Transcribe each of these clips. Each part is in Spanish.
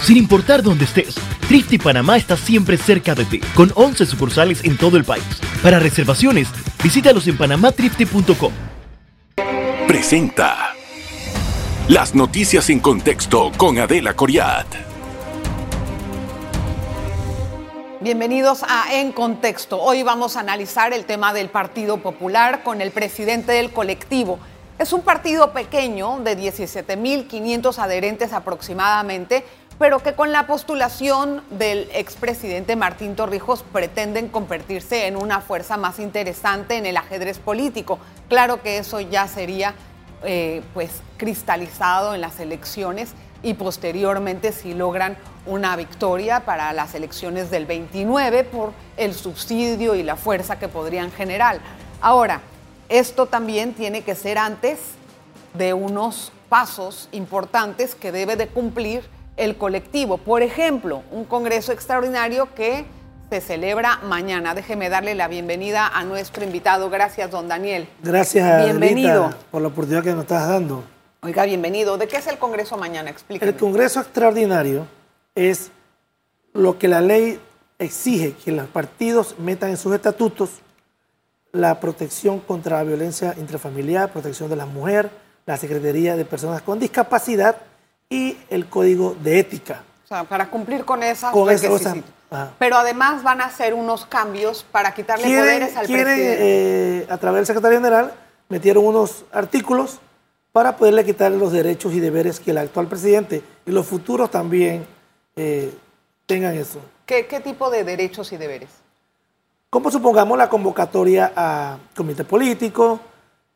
Sin importar dónde estés, Trifte Panamá está siempre cerca de ti, con 11 sucursales en todo el país. Para reservaciones, visítalos en panamatrifte.com. Presenta Las noticias en contexto con Adela Coriat. Bienvenidos a En Contexto. Hoy vamos a analizar el tema del Partido Popular con el presidente del colectivo. Es un partido pequeño de 17.500 adherentes aproximadamente, pero que con la postulación del expresidente Martín Torrijos pretenden convertirse en una fuerza más interesante en el ajedrez político. Claro que eso ya sería eh, pues cristalizado en las elecciones y posteriormente si logran una victoria para las elecciones del 29 por el subsidio y la fuerza que podrían generar. Ahora, esto también tiene que ser antes de unos pasos importantes que debe de cumplir el colectivo. Por ejemplo, un congreso extraordinario que se celebra mañana. Déjeme darle la bienvenida a nuestro invitado. Gracias, don Daniel. Gracias, Bienvenido. Adelita, por la oportunidad que nos estás dando. Oiga, bienvenido. ¿De qué es el congreso mañana? Explíqueme. El Congreso Extraordinario es lo que la ley exige que los partidos metan en sus estatutos la protección contra la violencia intrafamiliar, protección de la mujer, la Secretaría de Personas con Discapacidad y el Código de Ética. O sea, para cumplir con esas Con esas requisitos. cosas, ajá. Pero además van a hacer unos cambios para quitarle poderes al quieren, presidente. eh, a través del secretario general, metieron unos artículos para poderle quitar los derechos y deberes que el actual presidente y los futuros también eh, tengan eso. ¿Qué, qué tipo de derechos y deberes? Como supongamos la convocatoria a comité político,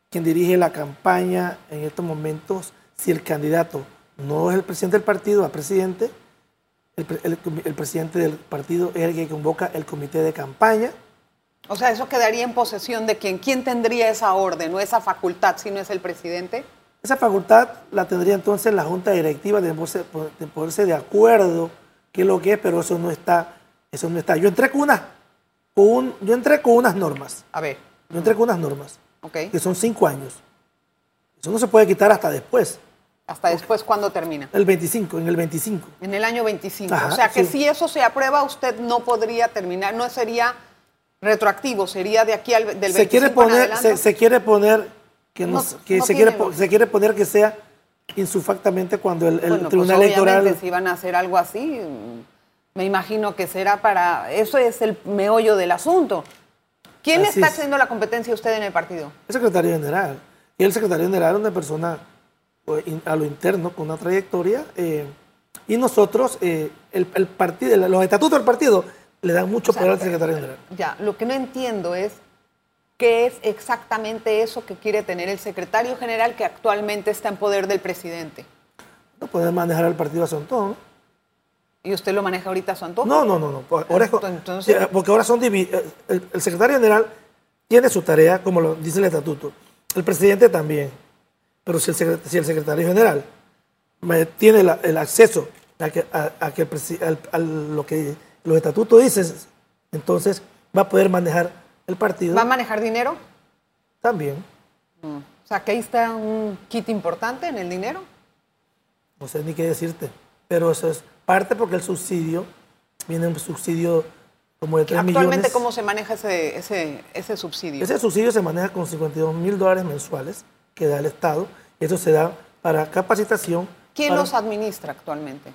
quien dirige la campaña en estos momentos, si el candidato no es el presidente del partido, a presidente, el, pre- el comi- el presidente del partido es el que convoca el comité de campaña. O sea, eso quedaría en posesión de quien. ¿Quién tendría esa orden o esa facultad si no es el presidente? Esa facultad la tendría entonces la Junta Directiva de ponerse, de ponerse de acuerdo qué es lo que es, pero eso no está. Eso no está. Yo entré con unas, con un- yo entré con unas normas. A ver, Yo entré con unas normas, ¿ok? que son cinco años. Eso no se puede quitar hasta después, Hasta después, ¿cuándo termina? el 25, en el 25. En el año 25. o Ajá, sea, que sí. si eso se aprueba, usted no podría terminar, no sería retroactivo, sería de aquí al del 25 se quiere en poner, adelante. se, se quiere poner que, no- No- que no se, tiene quiere, po- lógica. se quiere poner que sea insufactamente cuando el, el Bueno, pues, tribunal electoral obviamente, si van a hacer algo así, mm, me imagino que será para... Eso es el meollo del asunto. ¿Quién Así está es. haciendo la competencia usted en el partido? El secretario general. Y el secretario general es una persona pues, in- a lo interno con una trayectoria. eh, y nosotros, eh, el, el partido, el- los estatutos del partido le dan mucho poder al secretario general. Ya, lo que no entiendo es qué es exactamente eso que quiere tener el secretario general que actualmente está en poder del presidente. No puede manejar al partido a su antojo. Y usted lo maneja ahorita a su antojo. No, no, no. no, no, por- ahora es con- Entonces- eh, porque ahora son divi- eh, el, el secretario general tiene su tarea, como lo dice el estatuto. El presidente también. Pero si el, secre- si el secretario general ma- tiene la- el acceso a, que, a- a que el presi- al- al- lo que los estatutos dicen, entonces va a poder manejar el partido ¿Va a manejar dinero? también. O sea, que ahí está un kit importante en el dinero. No sé ni qué decirte. Pero eso es parte porque el subsidio, viene un subsidio como de 3 Actualmente, millones. ¿cómo se maneja ese, ese, ese subsidio? Ese subsidio se maneja con 52 mil dólares mensuales que da el Estado. Eso se da para capacitación. ¿Quién para- los administra actualmente?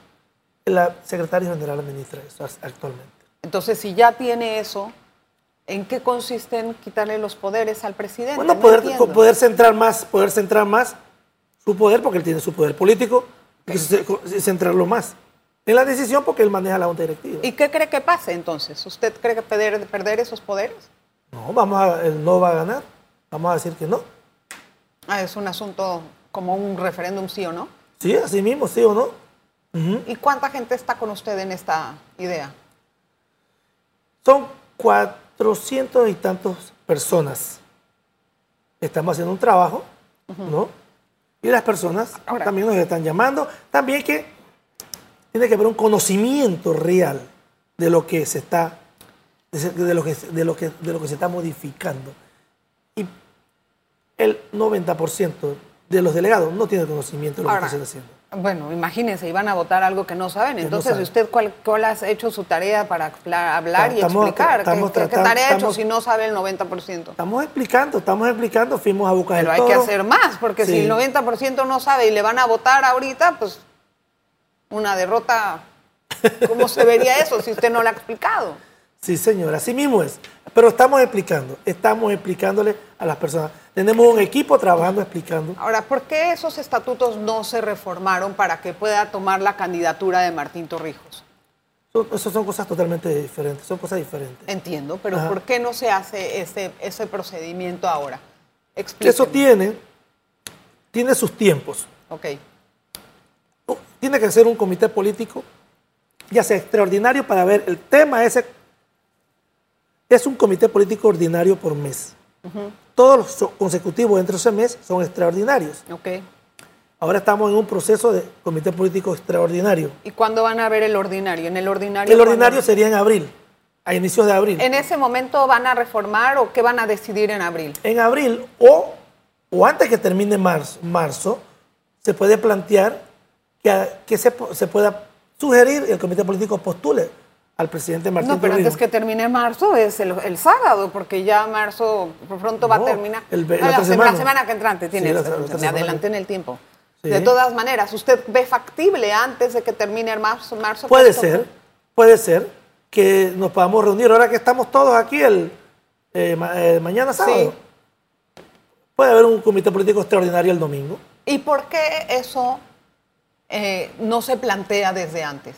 La secretaria general administra eso as- actualmente. Entonces, si ya tiene eso, ¿en qué consiste en quitarle los poderes al presidente? Bueno, No poder, entiendo. poder centrar más, poder centrar más su poder, porque él tiene su poder político, y se- se- centrarlo más en la decisión porque él maneja la junta directiva. ¿Y qué cree que pase entonces? ¿Usted cree que perder, perder esos poderes? No, vamos a, él no va a ganar, vamos a decir que no. Ah, es un asunto como un referéndum sí o no. Sí, así mismo, sí o no. Ujú. ¿Y cuánta gente está con usted en esta idea? Son cuatrocientos y tantos personas. Estamos haciendo un trabajo, ¿no? Y las personas Ahora. también nos están llamando. También que tiene que haber un conocimiento real de lo que se está, de- de lo que, de lo que, de lo que se está modificando. Y el 90% de los delegados no tiene conocimiento de lo Ahora, que se está haciendo. Bueno, imagínense, iban a votar algo que no saben. Que no Entonces, saben. ¿usted cuál, cuál ha hecho su tarea para habla- hablar y Estamos- explicar? ¿Qué- estamos ¿Qué, qué tratando- tarea ha hecho estamos- si no sabe el 90%? Estamos explicando, estamos explicando, fuimos a buscar Pero el hay que toro. hacer más, porque si Sí. el 90% no sabe y le van a votar ahorita, pues una derrota, ¿cómo se vería eso si usted no lo ha explicado? Sí, señor, así mismo es. Pero estamos explicando, estamos explicándole a las personas. Tenemos un equipo trabajando explicando. Ahora, ¿por qué esos estatutos no se reformaron para que pueda tomar la candidatura de Martín Torrijos? Son- Esas son cosas totalmente diferentes, son cosas diferentes. Entiendo, pero Ajá. ¿por qué no se hace ese, ese procedimiento ahora? Explíqueme. Eso tiene, tiene sus tiempos. Ok, O- Tiene que ser un comité político, ya sea extraordinario, para ver el tema ese. Es un comité político ordinario por mes. Todos los so- consecutivos dentro de ese mes son extraordinarios. ok. Ahora estamos en un proceso de comité político extraordinario. ¿Y cuándo van a ver el ordinario? En el ordinario. El ordinario ¿cuándo? sería en abril, a inicios de abril. ¿En ese momento van a reformar o qué van a decidir en abril? en abril o, o antes que termine marzo, marzo, se puede plantear que, a- que se, po- se pueda sugerir el comité político postule al presidente Martín no, pero Torrijos. antes que termine marzo es el, el sábado, porque ya marzo pronto va a No, terminar. el ve- Ah, la la, otra sem- la semana. semana que entrante tiene. Sí, la esa- otra- la otra me semana. adelanté en el tiempo. Sí. De todas maneras, ¿usted ve factible antes de que termine el marzo? marzo Puede pronto? ser, puede ser que nos podamos reunir ahora que estamos todos aquí el eh, ma- eh, mañana sábado. Puede haber un comité político extraordinario el domingo. ¿Y por qué eso eh, no se plantea desde antes?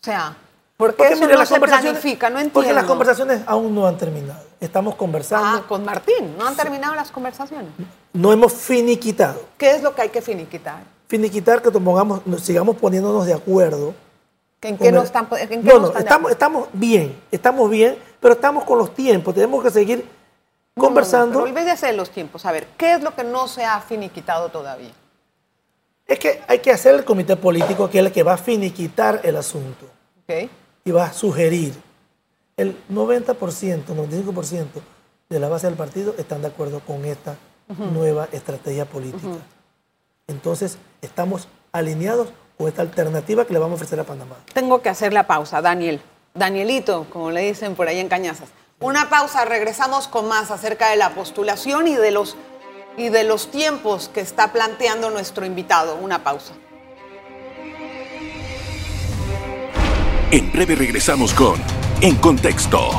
O sea, ¿por qué eso mire, no las se conversaciones- planifica? No entiendo. Porque las conversaciones aún no han terminado. Estamos conversando, Ah, con Martín. No han terminado las conversaciones. no hemos finiquitado. ¿Qué es lo que hay que finiquitar? finiquitar que tomamos, nos sigamos poniéndonos de acuerdo. ¿En con qué no el- están? en qué no, no no, están de estamos, acuerdo? estamos bien, estamos bien, pero estamos con los tiempos, tenemos que seguir conversando. No, pero olvídese de los tiempos. A ver, ¿qué es lo que no se ha finiquitado todavía? es que hay que hacer el comité político que es el que va a finiquitar el asunto ¿Ok? y va a sugerir. El 90%, 95% de la base del partido están de acuerdo con esta nueva estrategia política. Entonces, estamos alineados con esta alternativa que le vamos a ofrecer a Panamá. Tengo que hacer la pausa, Daniel. Danielito, como le dicen por ahí en Cañazas. Una pausa, regresamos con más acerca de la postulación y de los, y de los tiempos que está planteando nuestro invitado. Una pausa. En breve regresamos con En Contexto.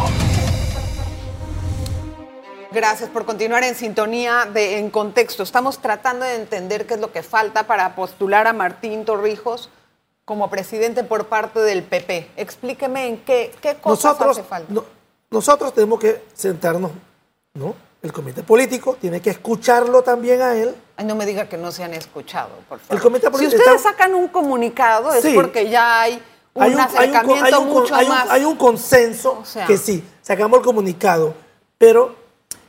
Gracias por continuar en sintonía de En Contexto. Estamos tratando de entender qué es lo que falta para postular a Martín Torrijos como presidente por parte del PP. Explíqueme en qué, qué cosas hace falta. no- nosotros tenemos que sentarnos, ¿no? El comité político tiene que escucharlo también a él. Ay, no me diga que no se han escuchado, por favor. El comité si político ustedes está- sacan un comunicado es Sí. porque ya hay un Hay un- hay un con- acercamiento hay un con- mucho hay un- más. hay un consenso O sea. que sí, sacamos el comunicado, pero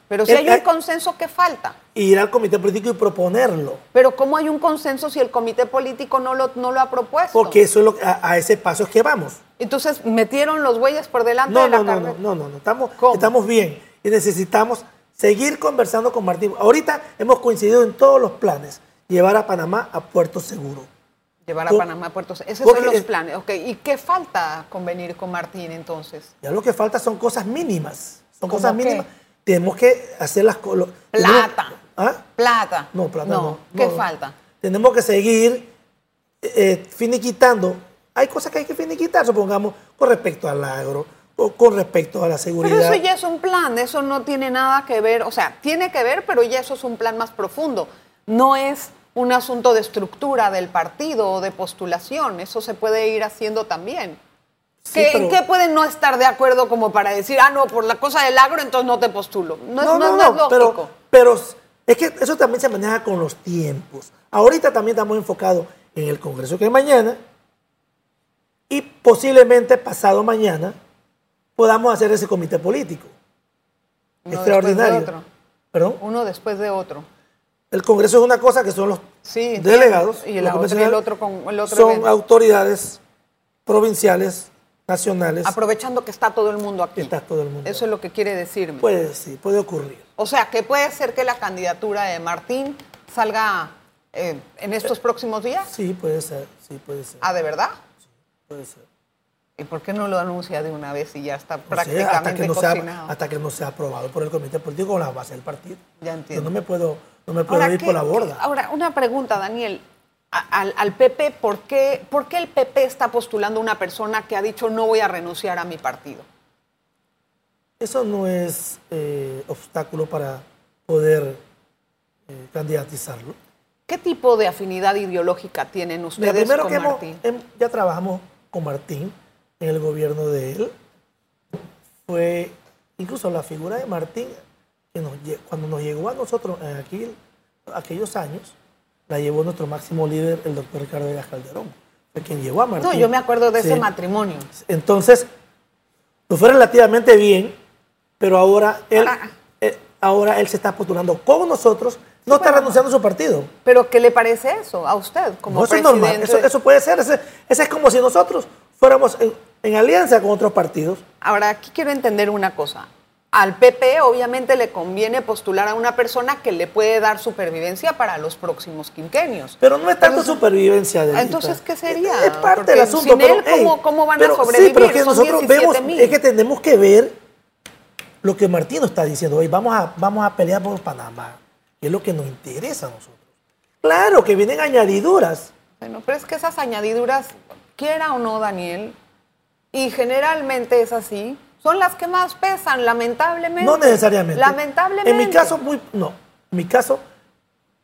Pero si el- hay un hay- consenso que falta. ir al comité político y proponerlo. Pero ¿cómo hay un consenso si el comité político no lo, no lo ha propuesto? Porque eso es lo, a, a ese paso es que vamos. Entonces metieron los bueyes por delante No, de la no, no, carreta. no, no, no, no, estamos, ¿Cómo? estamos bien y necesitamos seguir conversando con Martín. Ahorita hemos coincidido en todos los planes, llevar a Panamá a puerto seguro. Llevar a Por- Panamá a Puerto Esos porque- son los planes. ok. ¿Y qué falta convenir con Martín entonces? Ya lo que falta son cosas mínimas. Son ¿Cómo cosas qué? mínimas. Tenemos que hacer las cosas. Plata. ¿Ah? Plata. No, plata no. ¿Qué no. falta? Tenemos que seguir eh, finiquitando. Hay cosas que hay que finiquitar, supongamos, con respecto al agro, o con respecto a la seguridad. Pero eso ya es un plan, eso no tiene nada que ver, o sea, tiene que ver, pero ya eso es un plan más profundo. No es un asunto de estructura del partido o de postulación, eso se puede ir haciendo también. Sí, ¿Qué- pero- ¿En qué pueden no estar de acuerdo como para decir, ah, no, por la cosa del agro, entonces no te postulo? No, es- no, no es lógico. pero, pero es que eso también se maneja con los tiempos. Ahorita también estamos enfocados en el Congreso que es mañana y posiblemente pasado mañana podamos hacer ese comité político. Uno Extraordinario. después de otro. Perdón. Uno después de otro. El Congreso es una cosa que son los Sí, entiendo. delegados. Y la los otra- convencionales, el otro con- el otro son evento. autoridades provinciales, nacionales. Aprovechando que está todo el mundo aquí. Está todo el mundo. Eso es lo que quiere decirme. Puede, sí, puede ocurrir. O sea, que puede ser que la candidatura de Martín salga eh, en estos próximos días? Sí, puede ser, sí, puede ser, ¿Ah, de verdad? puede ser. ¿Y por qué no lo anuncia de una vez y ya está No sé, hasta prácticamente que no sea, cocinado? hasta que no sea aprobado por el comité político con las bases del partido. Ya entiendo. Yo no me puedo, no me puedo ir ¿qué- por la qué- borda. ahora, una pregunta, Daniel. A- Al, al PP, ¿por qué, ¿por qué el PP está postulando a una persona que ha dicho no voy a renunciar a mi partido? Eso no es eh, obstáculo para poder eh, candidatizarlo. ¿Qué tipo de afinidad ideológica tienen Mira, ustedes primero con que hemos- Martín? em- ya trabajamos con Martín en el gobierno de él. Fue incluso la figura de Martín, que nos lle- cuando nos llegó a nosotros en aquel- aquellos años, la llevó nuestro máximo líder, el doctor Ricardo Díaz Calderón. Fue quien llevó a Martín. No, yo me acuerdo de ese Sí. matrimonio. Entonces, nos fue relativamente bien, pero ahora él, Ah. eh, ahora él se está postulando con nosotros, no está renunciando a su partido. ¿Pero qué le parece eso a usted como No, eso es presidente? normal, eso, eso puede ser, ese, ese es como si nosotros fuéramos en, en alianza con otros partidos. Ahora, aquí quiero entender una cosa. Al PP obviamente le conviene postular a una persona que le puede dar supervivencia para los próximos quinquenios. Pero no es tanto Entonces- supervivencia de entonces, ¿qué sería? Es parte Porque del asunto. sin pero, él, ¿cómo- ey, cómo van a pero Sí, pero sobrevivir? que Son nosotros vemos, 17.000. es que tenemos que ver lo que Martino está diciendo hoy. Vamos a, vamos a pelear por Panamá. Y es lo que nos interesa a nosotros. Claro que vienen añadiduras. Bueno, pero es que esas añadiduras, quiera o no, Daniel, y generalmente es así, son las que más pesan, lamentablemente. No necesariamente. Lamentablemente. En mi caso, muy, no. En mi caso,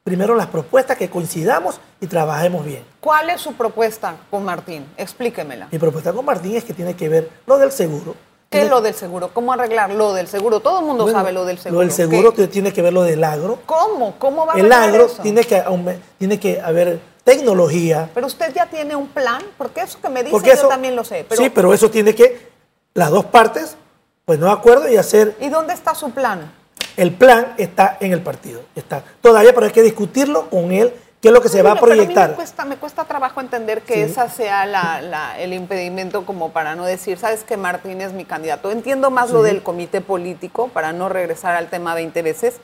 primero las propuestas que coincidamos y trabajemos bien. ¿Cuál es su propuesta con Martín? Explíquemela. Mi propuesta con Martín es que tiene que ver lo del seguro. ¿Qué es Tiene- lo del seguro? ¿Cómo arreglar lo del seguro? Todo el mundo bueno, sabe lo del seguro. Lo del seguro ¿Qué? que tiene que ver lo del agro. ¿Cómo? ¿Cómo va a El arreglar agro eso? tiene que, aume- tiene que haber tecnología. Pero usted ya tiene un plan, porque eso que me dice Porque yo eso, también lo sé. Pero, Sí, pero eso tiene que, las dos partes, pues no de acuerdo y hacer, ¿Y dónde está su plan? el plan está en el partido. Está. Todavía, pero hay que discutirlo con él, qué es lo que se va a Pero mí proyectar. me, cuesta, me cuesta trabajo entender que Sí. esa sea la, la- el impedimento como para no decir, sabes que Martín es mi candidato. Entiendo más lo Sí. del comité político, para no regresar al tema 20 veces,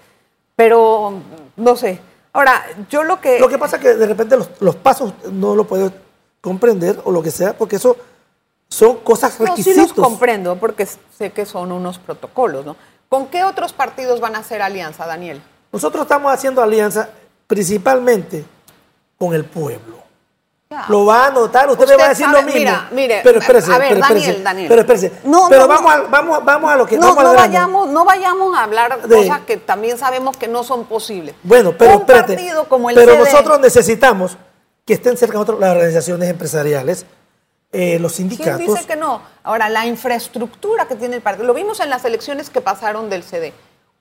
pero no sé. Ahora, yo lo que... Lo que pasa es que de repente los, los pasos no lo puedo comprender o lo que sea, porque eso son cosas No, sí requisitos. los comprendo, porque sé que son unos protocolos, ¿no? ¿Con qué otros partidos van a hacer alianza, Daniel? Nosotros estamos haciendo alianza principalmente con el pueblo. Ya. Lo va a anotar, usted, me va a decir sabe- lo mismo. mira, mire, pero espérese, a ver, pero espérese, Daniel, Daniel. Pero espérese. No, pero no, vamos, no. a, vamos, vamos a lo que No, vamos al no grano. vayamos, no vayamos a hablar De- cosas que también sabemos que no son posibles. Bueno, pero Un espérate. partido como el pero CD, nosotros necesitamos que estén cerca de nosotros las organizaciones empresariales, eh, los ¿Quién sindicatos. dice que no? Ahora, la infraestructura que tiene el partido, lo vimos en las elecciones que pasaron del CD.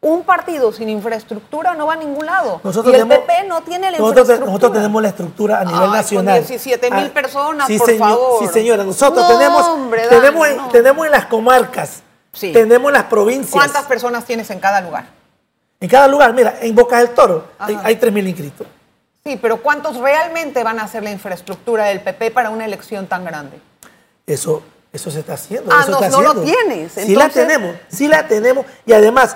Un partido sin infraestructura no va a ningún lado. y el tenemos- PP no tiene la nosotros, te- infraestructura. nosotros tenemos la estructura a nivel Ay, con nacional. 17.000 Ah, personas, sí, por señor- favor. Sí, señora. Nosotros No, tenemos, hombre, Dani, tenemos, en- no. tenemos en las comarcas, Sí. tenemos en las provincias. ¿Cuántas personas tienes en cada lugar? En cada lugar, mira, en Boca del Toro hay, Ajá. hay 3.000 inscritos. Sí, pero ¿cuántos realmente van a hacer la infraestructura del PP para una elección tan grande? Eso, eso se está haciendo. Ah, eso no, está no lo haciendo. tienes, Sí la entonces- tenemos, sí la tenemos. Y además,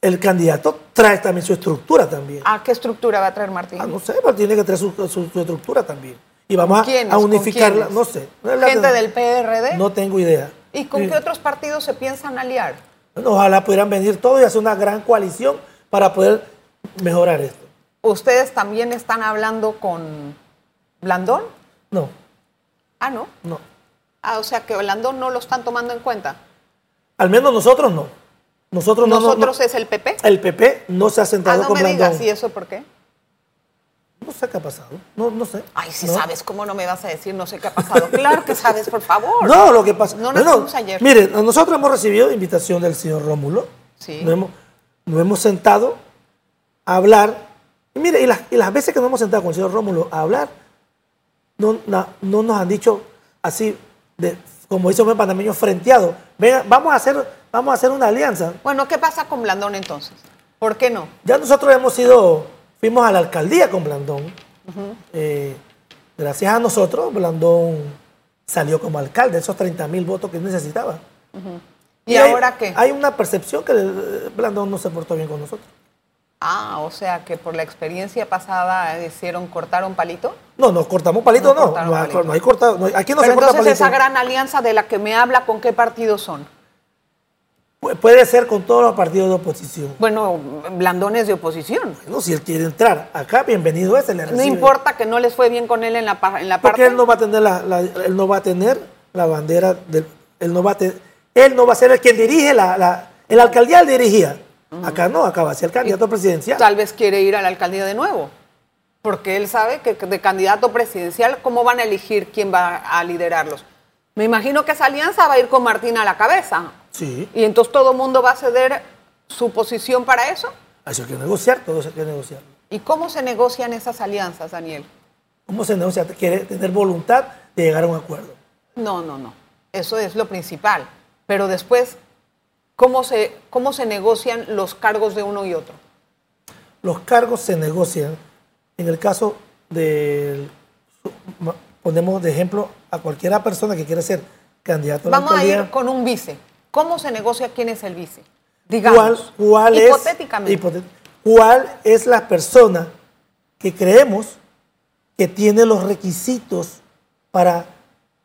el candidato trae también su estructura también. ¿A qué estructura va a traer Martín? Ah, no sé, pero tiene que traer su, su- su estructura también. Y vamos ¿Quiénes? a, a ¿Con unificarla, quiénes? no sé. No es la- ¿Gente del PRD? No tengo idea. ¿Eh? ¿Y con Eh, qué otros partidos se piensan aliar? bueno, ojalá pudieran venir todos y hacer una gran coalición para poder mejorar esto. ¿Ustedes también están hablando con Blandón? No, Ah, no. no. Ah, o sea que Blandón no lo están tomando en cuenta. Al menos nosotros no. Nosotros no. no, no. ¿Nosotros es el PP? El PP no se ha Ah, sentado no con me Blandón. digas, ¿y eso por qué? No sé qué ha pasado. No, no sé. Ay, si No. sabes, ¿cómo no me vas a decir no sé qué ha pasado? Claro que sabes, por favor. No, lo que pasa. No bueno, nacimos ayer. Mire, nosotros hemos recibido invitación del señor Rómulo. Sí. Nos hemos, nos hemos sentado a hablar. Y mire, y las, y las veces que nos hemos sentado con el señor Rómulo a hablar, no, na- no nos han dicho así, de, como dice un buen panameño, frenteado. Venga, vamos a hacer, vamos a hacer una alianza. Bueno, ¿qué pasa con Blandón entonces? ¿Por qué no? Ya nosotros hemos ido, fuimos a la alcaldía con Blandón. Eh, gracias a nosotros, Blandón salió como alcalde, esos 30 mil votos que necesitaba. ¿Y, hay- ahora qué? Hay una percepción que eh, Blandón no se portó bien con nosotros. Ah, o sea que por la experiencia pasada hicieron cortar un palito. No, nos cortamos palito, No no. cortaron No, hay- palito. no hay cortado. no hay- aquí no Pero se corta entonces palito. esa gran alianza de la que me habla, ¿con qué partidos son? Pu- Puede ser con todos los partidos de oposición. Bueno, blandones de oposición. Bueno, si él quiere entrar acá, bienvenido es, se le No recibe. importa que no les fue bien con él en la, pa- en la Porque parte. él no va a tener la, la- él no va a tener la bandera del, él no va a te- él no va a ser el quien dirige la, la el alcaldía él dirigía. Acá no, acá va a ser el candidato presidencial. Tal vez quiere ir a la alcaldía de nuevo. Porque él sabe que que de candidato presidencial, ¿cómo van a elegir quién va a liderarlos? Me imagino que esa alianza va a ir con Martín a la cabeza. Sí, Y entonces todo el mundo va a ceder su posición para eso. eso hay que negociar, todo eso hay que negociar. ¿Y cómo se negocian esas alianzas, Daniel? ¿Cómo se negocia? Quiere tener voluntad de llegar a un acuerdo. No, no, no. Eso es lo principal. Pero después, ¿cómo se, cómo se negocian los cargos de uno y otro? Los cargos se negocian. En el caso del ponemos de ejemplo a cualquiera persona que quiera ser candidato a la Vamos a ir alcaldía. con un vice. ¿Cómo se negocia quién es el vice? ¿Cuál, Digamos, cuál es- hipotéticamente. hipote- ¿Cuál es la persona que creemos que tiene los requisitos para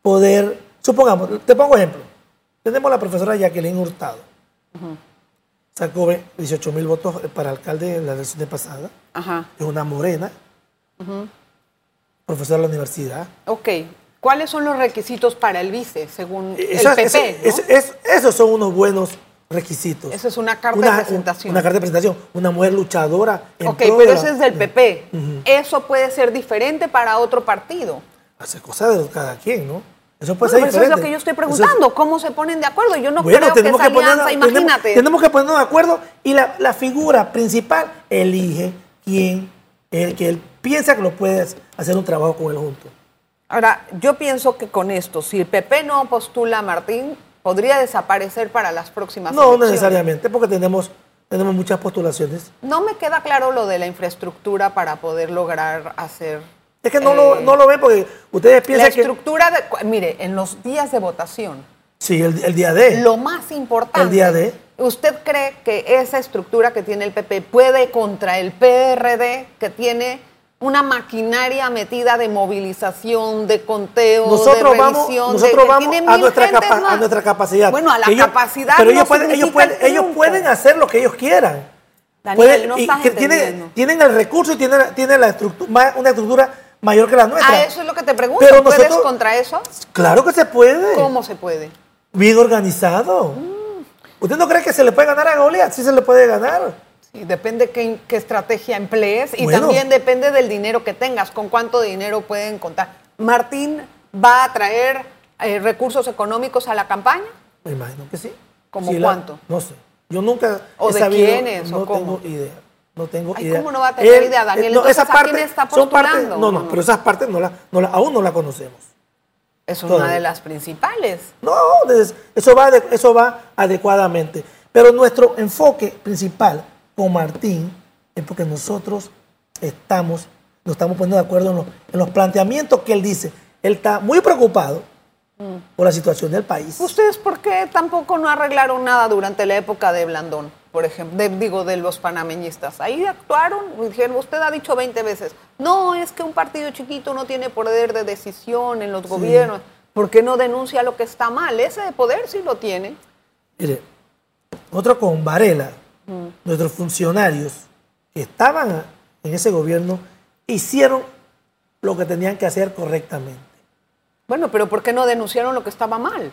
poder... Supongamos, te pongo ejemplo. Tenemos la profesora Jacqueline Hurtado. Sacó 18 mil votos para alcalde en la elección de pasada. Ajá. Es una morena. Profesora de la universidad. Ok. ¿Cuáles son los requisitos para el vice, según Esas- el PP? ese- ¿no? ese- es- esos son unos buenos requisitos. Esa es una carta de presentación. Una carta de presentación. Una mujer luchadora. en ok, pro pero de la- ese es del PP. Ujú. Eso puede ser diferente para otro partido. Hace cosas de cada quien, ¿no? Eso puede Bueno, pero eso ser es Pues diferente. lo que yo estoy Eso es- preguntando. ¿Cómo se ponen de acuerdo? Yo no bueno, creo que tenemos esa que, poner, alianza, tenemos- imagínate. Tenemos, que ponernos de acuerdo y la, la figura principal elige quién, el que él piensa que lo puede hacer un trabajo con él junto. Ahora, yo pienso que con esto, si el PP no postula a Martín, podría desaparecer para las próximas No elecciones. necesariamente, porque tenemos, tenemos muchas postulaciones. No me queda claro lo de la infraestructura para poder lograr hacer. Es que no, eh, lo, no lo ven porque La ustedes piensan que... estructura de. cu- Mire, en los días de votación, Sí, el, el día de... lo más importante. El día de. ¿Usted cree que esa estructura que tiene el PP puede contra el PRD, que tiene una maquinaria metida de movilización, de conteo, nosotros de vamos, revisión, de- nosotros que vamos tiene a mil nuestra, gentes capa- a más? nuestra capacidad. Bueno, a la Ellos- capacidad Pero ellos, no pueden, ellos, significa pueden, el ellos triunfo. pueden hacer lo que ellos quieran. Daniel, Pueden- no y estás que tienen, entendiendo. tienen el recurso y tienen, tienen la estructura, ma- una estructura mayor que la nuestra. Ah, eso es lo que te pregunto. Pero ¿Puedes nosotros- contra eso? Claro que se puede. ¿Cómo Mm. se puede? Bien organizado. ¿Usted no cree que se le puede ganar a Goliat? Sí se le puede ganar. Sí, depende qué, qué estrategia emplees y Bueno. también depende del dinero que tengas, con cuánto dinero pueden contar. ¿Martín va a traer eh, recursos económicos a la campaña? Me imagino que sí. ¿Cómo Sí, la- cuánto? no sé. Yo nunca ¿O he de sabido, quiénes, o No cómo? tengo idea. No tengo Ay, idea. ¿cómo no va a tener idea, eh, Daniel? No, Entonces, esa ¿a parte, quién está son partes- postulando? no, no, pero esas partes no las no la- aún no las conocemos. Es una Todavía. de las principales. No, des- eso va, ade- eso va adecuadamente. Pero nuestro enfoque principal con Martín es porque nosotros estamos, nos estamos poniendo de acuerdo en los, en los planteamientos que él dice. Él está muy preocupado Mm. por la situación del país. ¿Ustedes por qué tampoco no arreglaron nada durante la época de Blandón, por ejemplo? De- digo, de los panameñistas. Ahí actuaron, dijeron, usted ha dicho 20 veces, no, es que un partido chiquito no tiene poder de decisión en los gobiernos. ¿Por qué no denuncia lo que está mal? Ese poder sí lo tiene. Mire, otro con Varela, Mm. nuestros funcionarios que estaban en ese gobierno hicieron lo que tenían que hacer correctamente. Bueno, pero ¿por qué no denunciaron lo que estaba mal?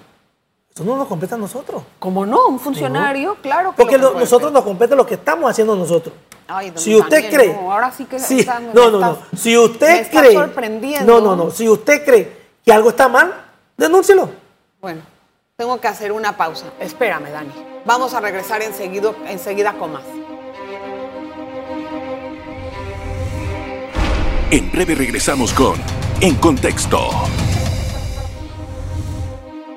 Eso no nos compete a nosotros. Como no, un funcionario, claro que Porque lo lo- nosotros nos compete lo que estamos haciendo nosotros. Ay, don si usted Daniel, cree. no, ahora sí que Sí, está- me no, no, no. estás- Si me usted está cree. sorprendiendo. No, no, no. Si usted cree que algo está mal, denúncielo. Bueno, tengo que hacer una pausa. Espérame, Dani. Vamos a regresar enseguido, enseguida con más. En breve regresamos con En Contexto.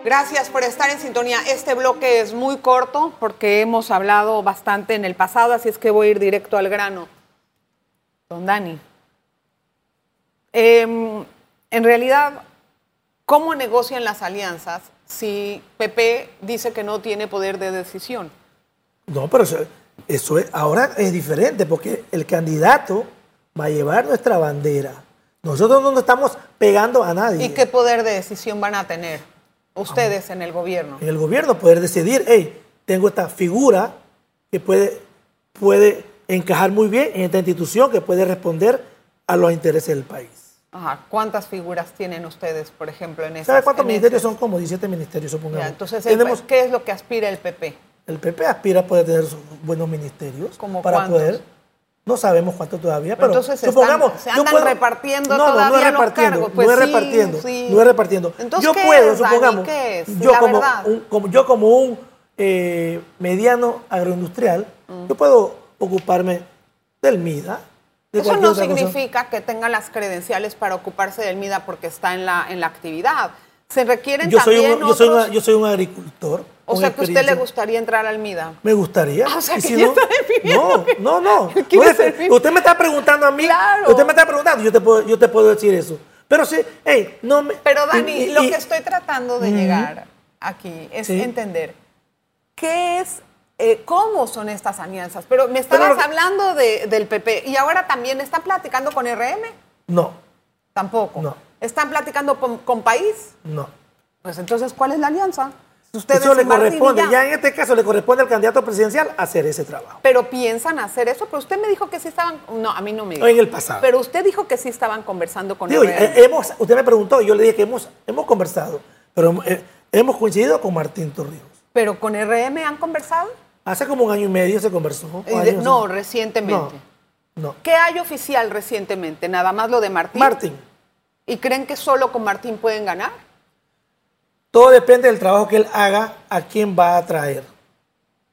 Gracias por estar en sintonía. Este bloque es muy corto porque hemos hablado bastante en el pasado, así es que voy a ir directo al grano. Don Dani, em, en realidad, ¿cómo negocian las alianzas si PP dice que no tiene poder de decisión? No, pero eso- Eso es, ahora es diferente porque el candidato va a llevar nuestra bandera. Nosotros no nos estamos pegando a nadie. ¿Y qué poder de decisión van a tener ustedes en el gobierno? En el gobierno poder decidir, hey, tengo esta figura que puede, puede encajar muy bien en esta institución, que puede responder a los intereses del país. Ajá, ¿Cuántas figuras tienen ustedes, por ejemplo, en ese ¿Sabe cuántos ministerios son? Como 17 ministerios, supongamos. entonces, el- Tenemos, ¿qué es lo que aspira el PP? el PP aspira a poder tener sus buenos ministerios ¿Cómo para cuántos? poder. No sabemos cuánto todavía, Pero pero, entonces se supongamos. están- se yo andan puedo- repartiendo no, no, no, todavía es los repartiendo, cargos. Pues no es sí, repartiendo. sí. No es repartiendo. Entonces, yo ¿qué puedo, es, Dani? supongamos. ¿Qué es? Yo La como, verdad. un- como- yo como un eh, mediano agroindustrial, Mm. yo puedo ocuparme del MIDA. de Eso cualquier no otra cosa. significa que tengan las credenciales para ocuparse del MIDA porque está en la, en la actividad. Se requieren Yo soy, también un, yo, soy otros- una- yo soy un agricultor. o con sea, que a usted le experiencia. gustaría entrar al MIDA. Me gustaría. Ah, o sea, Y que ya está definiendo No, que- no, no. que quiere No es- ser- usted me está preguntando a mí. Claro. Usted me está preguntando, yo te puedo, yo te puedo decir eso. Pero sí, hey, no me. Pero Dani, y- y- lo y- que estoy tratando de llegar aquí es Sí. entender qué es, eh, cómo son estas alianzas. Pero me estabas Pero lo que- hablando de- del PP y ahora también están platicando con RM, No, tampoco. No. Están platicando con, con País. no. Pues entonces, ¿cuál es la alianza? Ustedes Eso le y Martín y corresponde. ya. Ya en este caso le corresponde al candidato presidencial hacer ese trabajo. Pero piensan hacer eso, pero usted me dijo que sí estaban, no, a mí no me dijo. En el pasado. Pero usted dijo que sí estaban conversando con Digo, RM. eh, hemos, usted me preguntó, yo le dije que hemos, hemos conversado, pero eh, hemos coincidido con Martín Torrijos. pero con RM han conversado. Hace como un año y medio se conversó. o Y Eh, de- año, sé. no, recientemente. No, no. ¿Qué hay oficial recientemente? Nada más lo de Martín. Martín, ¿Y creen que solo con Martín pueden ganar? Todo depende del trabajo que él haga, a quién va a traer.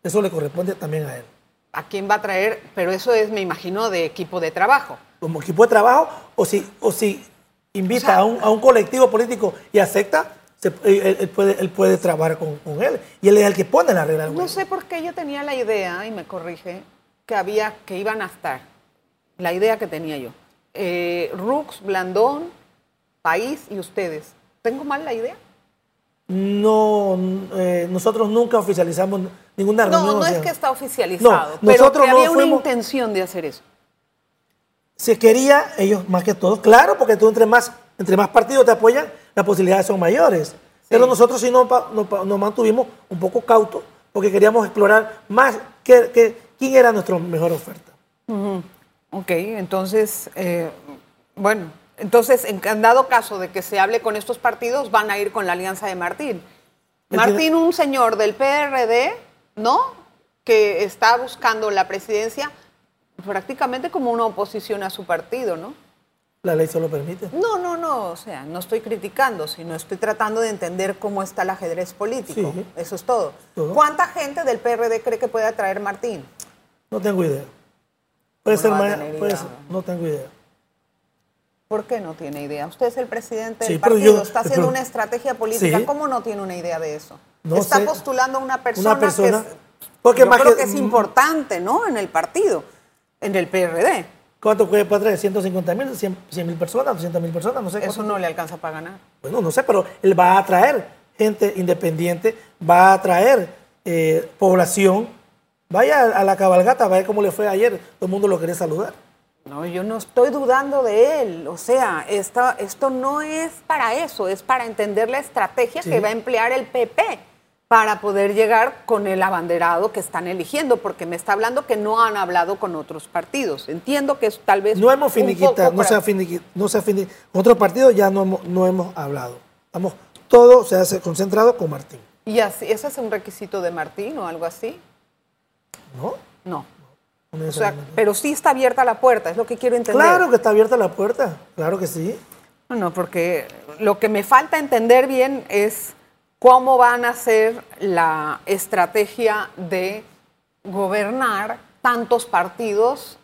Eso le corresponde también a él. ¿A quién va a traer? Pero eso es, me imagino, de equipo de trabajo. Como equipo de trabajo, o si, o si O invita sea- a, un, a un colectivo político y acepta, se- eh, él, él puede, él puede trabajar con, con él. Y él es el que pone la regla. del No juego. sé por qué yo tenía la idea, y me corrige, que había, que iban a estar. La idea que tenía yo. Eh, Rux, Blandón, País y ustedes. ¿Tengo mal la idea? No, eh, nosotros nunca oficializamos ninguna No, reunión. no o es sea, que está oficializado, no, pero que nosotros no había una fuimos- intención de hacer eso. Se quería, ellos más que todos, claro, porque tú entre más, entre más partidos te apoyan, las posibilidades son mayores. Pero nosotros sí nos, pa- nos pa- nos mantuvimos un poco cautos porque queríamos explorar más que, que- quién era nuestra mejor oferta. Ok, entonces, eh, bueno, entonces, en ca- dado caso de que se hable con estos partidos, van a ir con la alianza de Martín. Él Martín, tiene- un señor del PRD, ¿no? Que está buscando la presidencia prácticamente como una oposición a su partido, ¿no? La ley solo permite. No, no, no, o sea, no estoy criticando, sino estoy tratando de entender cómo está el ajedrez político. Sí. Eso es todo. Todo. ¿Cuánta gente del PRD cree que puede atraer Martín? No tengo idea. Puede No ser va a más, tener puede idea. ser, no tengo idea. ¿Por qué no tiene idea? Usted es el presidente del Sí, pero partido, yo- está haciendo pero- una estrategia política. Sí. ¿Cómo no tiene una idea de eso? No está sé. postulando a una persona, Una persona- que es, porque yo más creo que, que- es importante, ¿no? En el partido, en el PRD. ¿Cuánto pues, puede para traer? ¿150 mil? ¿100 mil personas? ¿200 mil personas? No sé. Eso cuánto. no le alcanza para ganar. Bueno, no sé, pero él va a atraer gente independiente, va a atraer eh, población. Vaya a la cabalgata, vaya como le fue ayer, todo el mundo lo quería saludar. No, yo no estoy dudando de él. O sea, esta- esto no es para eso, es para entender la estrategia Sí. que va a emplear el PP para poder llegar con el abanderado que están eligiendo, porque me está hablando que no han hablado con otros partidos. Entiendo que es tal vez... No hemos un poco finiquitado, no se ha para- finiquitado, no se ha fini- Otro partido ya no hemos, no hemos hablado. Estamos, todo se hace concentrado con Martín, ¿Y así, ese es un requisito de Martín o algo así? ¿no? No. O No sea, necesariamente. pero sí está abierta la puerta, es lo que quiero entender. claro que está abierta la puerta, claro que sí. Bueno, porque lo que me falta entender bien es cómo van a ser la estrategia de gobernar tantos partidos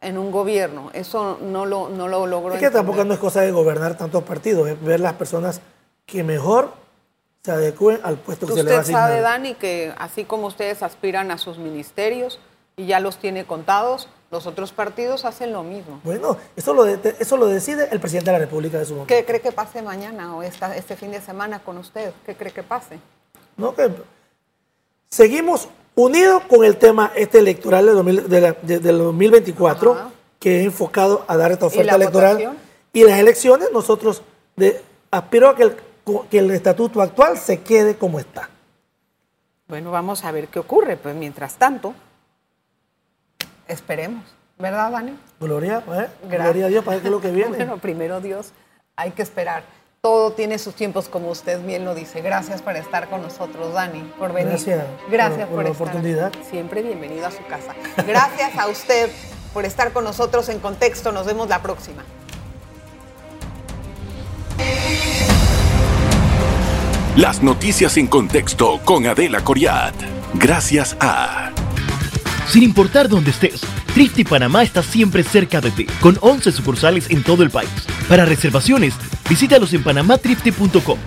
en un gobierno. Eso no lo, no lo logro Es que tampoco no entender. es cosa de gobernar tantos partidos, es ver las personas que mejor se adecúen al puesto que se le va a Usted asignar. sabe, Dani, que así como ustedes aspiran a sus ministerios y ya los tiene contados, los otros partidos hacen lo mismo. Bueno, eso lo, de- eso lo decide el presidente de la República de su momento. ¿Qué cree que pase mañana o esta- este fin de semana con usted? ¿Qué cree que pase? No, que seguimos Unido con el tema este electoral de 2000 de la- de- del 2024, que es enfocado a dar esta oferta la electoral votación? y las elecciones, nosotros de- aspiro a que el, que el estatuto actual se quede como está. Bueno, vamos a ver qué ocurre, pues mientras tanto, esperemos, ¿verdad, Dani? Gloria, ¿eh? Gra- Gloria a Dios para ver qué es lo que viene. bueno, primero Dios, hay que esperar. Todo tiene sus tiempos, como usted bien lo dice. Gracias por estar con nosotros, Dani, por venir. Gracias Gracias por- por la estar oportunidad. aquí. Siempre bienvenido a su casa. Gracias a usted por estar con nosotros en Contexto. Nos vemos la próxima. Las noticias en contexto con Adela Coriat. Gracias a... Sin importar dónde estés, Trifte Panamá está siempre cerca de ti, con 11 sucursales en todo el país. Para reservaciones, visítalos en panamatrifte.com